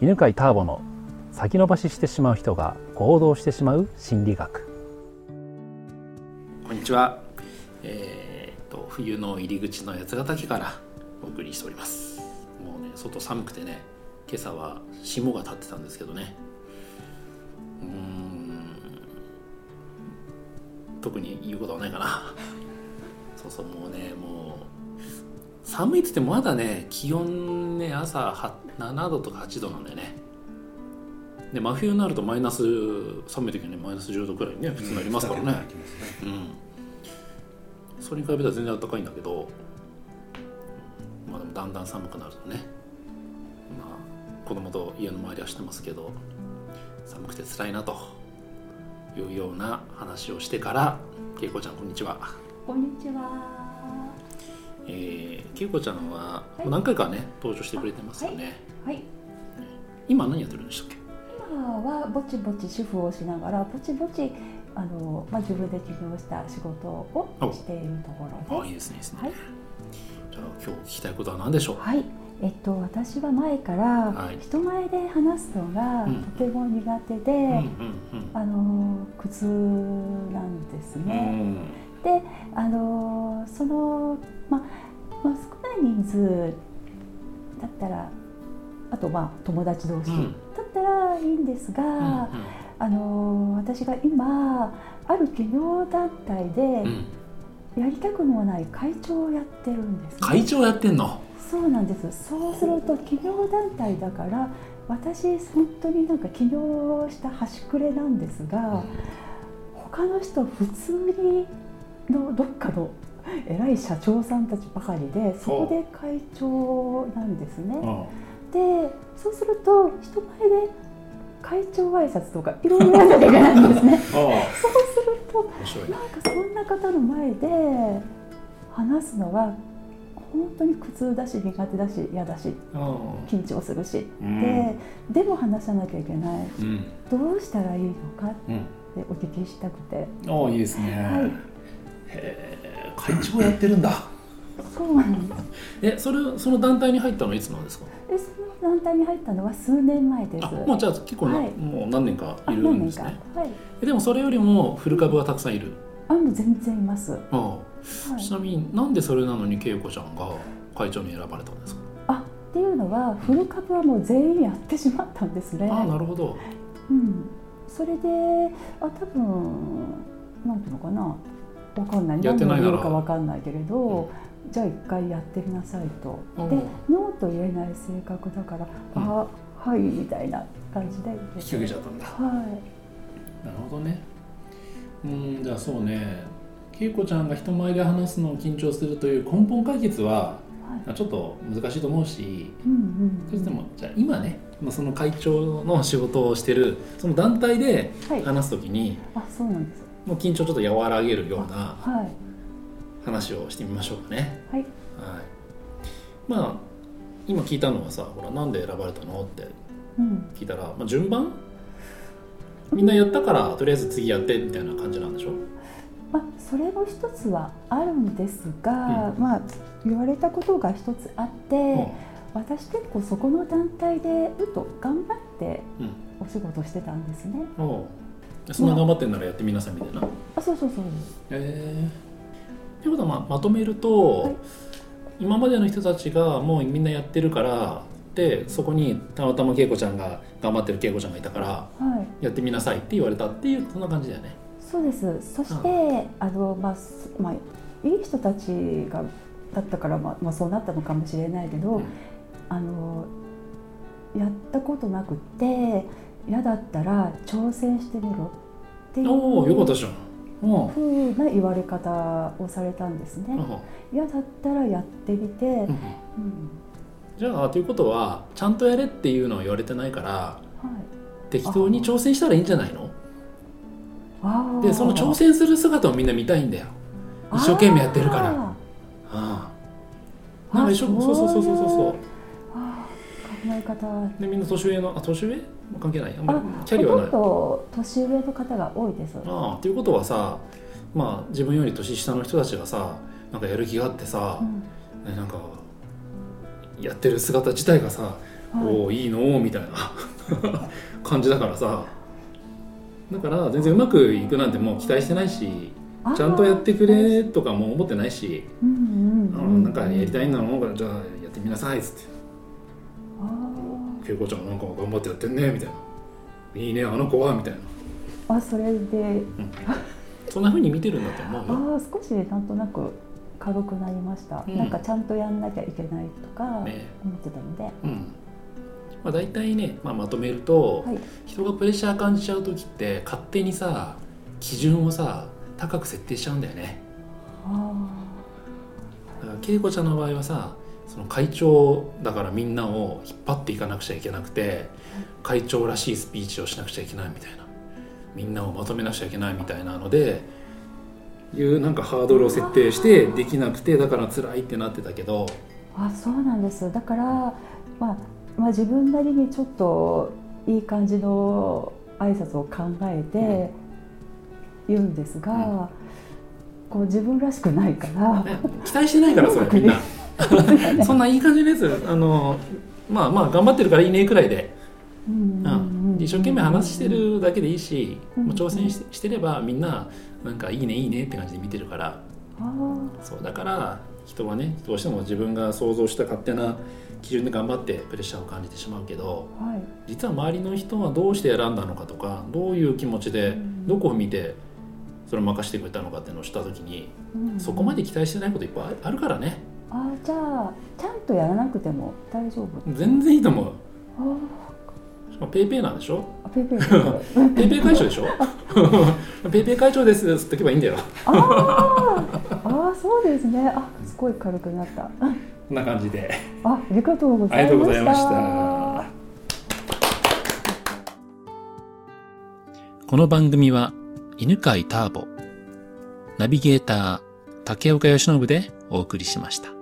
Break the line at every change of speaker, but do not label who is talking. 犬飼ターボの先延ばししてしまう人が行動してしまう心理学
こんにちは。えーっと冬の入り口の八ヶ岳からお送りしております。もうね外寒くてね今朝は霜が立ってたんですけどね。うーん特に言うことはないかな。 そうそうもうねもう寒いって言ってもまだね気温ね朝は7度とか8度なんだよね。で真冬になるとマイナス寒い時はねマイナス10度くらいね普通になりますからね。うん、それに比べたら全然暖かいんだけど、まあ、でもだんだん寒くなるとね、まあ、子供と家の周りはしてますけど寒くて辛いなというような話をしてからけいこちゃんこんにちは。
こんにちは。
えー、けいこちゃんはもう何回かね登場してくれてますよね。
はい。
今何やってるんでしたっけ
今はぼちぼち主婦をしながら、ぼちぼちあのまあ自分で起業した仕事をしているところ
あ
で
いいですねいいですね。
はい
じゃあ今日聞きたいことは何でしょう
す。はい。えっと私は前か
は
ら
い
人前で話すのが
うん
とても苦手で、
うんうん
あの苦痛なんです
うんう
ね。
ん
で、あのそのまあまあ少ない人数だったら。あとまあ友達同士
うん
だったらいいんですが、あの私が今ある企業団体
うんうんう
で
ん
やりたくもない会長をやってるんです、ね、
会長やってんの
そうなんですそうすると企業団体だから私本当になんか起業した端くれなんですが他の人普通にのどっかの 偉い社長さんたちばかりでそこで会長なんですね。でそうすると人前で会長挨拶とかいろいろやらなきゃいけないんで すねそうすると
面白い
なんかそんな方の前で話すのは本当に苦痛だし苦手だし嫌だし緊張するし、ででも話さなきゃいけない
うん
どうしたらいいのかっ
うん
てお聞きしたくて
ああいいですね、
はい
へえ会長やってるんだ
そうなんです
えそれその団体に入ったのはいつなんですか
でその団体に入ったのは数年前です
あもうじゃあ結構な、
はい
もう何年か
あ
いるん
何
で
年
す
か
ね
はい
えでもそれよりもフル株はたくさんいる
あもう全然います、は
ああ
い
ちなみになんでそれなのに恵子ちゃんが会長に選ばれたんですか、
あっていうのはフル株はもう全員やってしまったんですね。
ああなるほど
うん、それであ多分なんていうのかなわかんない
やってないなら
何の理由かわかんないけれど、じゃあ一回やってみなさいと。
うん
でノーと言えない性格だから、
うん
あはいみたいな感じで。
引き受けちゃったんだ
は、
なるほどねうんじゃあそうね恵子ちゃんが人前で話すのを緊張するという根本解決はい
はい
まあちょっと難しいと思うし
うん
そ
うん
れでもじゃあ今ねまあその会長の仕事をしてるその団体で
はい、
話す時に
あそうなんです
もう緊張ちょっと和らげるような
はい
話をしてみましょうかね
はい
はいまあ今聞いたのはさほらなんで選ばれたのって
うん
聞いたら、まあ、順番みんなやったからとりあえず次やってみたいな感じなんでしょ
まあ、それも一つはあるんですが、まあ言われたことが一つあって、私結構そこの団体でうと頑張って
うん
お仕事してたんですね。
おうそんな頑張ってんならやってみなさいみたいな。へ
あ、そうそうそうです。
えということはまあまとめると、
はい
今までの人たちがもうみんなやってるからでそこにたまたま恵子ちゃんが頑張ってる恵子ちゃんがいたから
はい、
やってみなさいって言われたっていうそんな感じだよね。
そうです。そして、あのまあすまあいい人たちがだったからまあまあそうなったのかもしれないけど、
うん
あのやったことなくって嫌だったら挑戦してみろってい
おおよかっ
う
たじゃん。おう
ふうな言われ方をされたんです
う
ね。
ん
嫌だったらやってみて、
うん
うん、
じゃあということはちゃんとやれっていうのは言われてないから
はい。
適当に挑戦したらいいんじゃないの
あー
でその挑戦する姿をみんな見たいんだよ。一生懸命やってるから
あ
ああ
あ
なんか一緒そうそうそうそうそうそう。
ーあー考え方
でみんな年上のあ年上関係ないあんま
あ
りキャリアは
ほとん
ない
ど年上の方が多いです
ああということはさまあ自分より年下の人たちがさなんかやる気があってさ
う、ん
ねなんかやってる姿自体がさ
はい
おおいいのーみたいな 感じだからさだから全然うまくいくなんてもう期待してないし
あー
ちゃんとやってくれとかも思ってないし、
うん
あ
う
の
んうん、
なんかやりたいんだろうからじゃあやってみなさいっつって
あー
「恵子ちゃんなんか頑張ってやってんね」みたいな「いいねあの子は」みたいな
あそれで
そんな風に見てるんだと
あ
思うよ。
ー少しなんとなく軽くなりました、
うん
なんかちゃんとやんなきゃいけないとか
ね
思ってたので、
うんまあ、大体ね、まあ、まとめると、
はい
人がプレッシャー感じちゃう時って勝手にさ基準をさ高く設定しちゃうんだよね
あ
だから恵子ちゃんの場合はさその会長だからみんなを引っ張っていかなくちゃいけなくて会長らしいスピーチをしなくちゃいけないみたいなみんなをまとめなくちゃいけないみたいなのでいうなんかハードルを設定してできなくてだから辛いってなってたけど
ーあそうなんですだから、まあ、まあ自分なりにちょっといい感じの挨拶を考えて言うんですが、こう自分らしくないから、
ね期待してないからそれみんな そんないい感じのやつあのまあまあ頑張ってるからいいねくらいで、
うん
う
うんんうん
一生懸命話してるだけでいいし、
うん
もう挑戦ししてればみんななんかいいねいいねって感じで見てるから
あー
そうだから人はねどうしても自分が想像した勝手な基準で頑張ってプレッシャーを感じてしまうけど
はい
実は周りの人はどうして選んだのかとかどういう気持ちで
うん
どこを見てそれを任せてくれたのかっていうのをした時に
うん
そこまで期待してないこといっぱいあるからね
あーじゃあちゃんとやらなくても大丈夫
全然いいと思う
あー
しかもペイペイなんでしょ
あペイペイうん
ペイペイ会長でしょペイペイ会長ですって言っとけばいいんだよ
あーあーそうですねあすごい軽くなった
こんな感じで
あありがとうご
あ
ざ
りがと
いました
うございましたこの番組は犬飼ターボナビゲーター竹岡由伸でお送りしました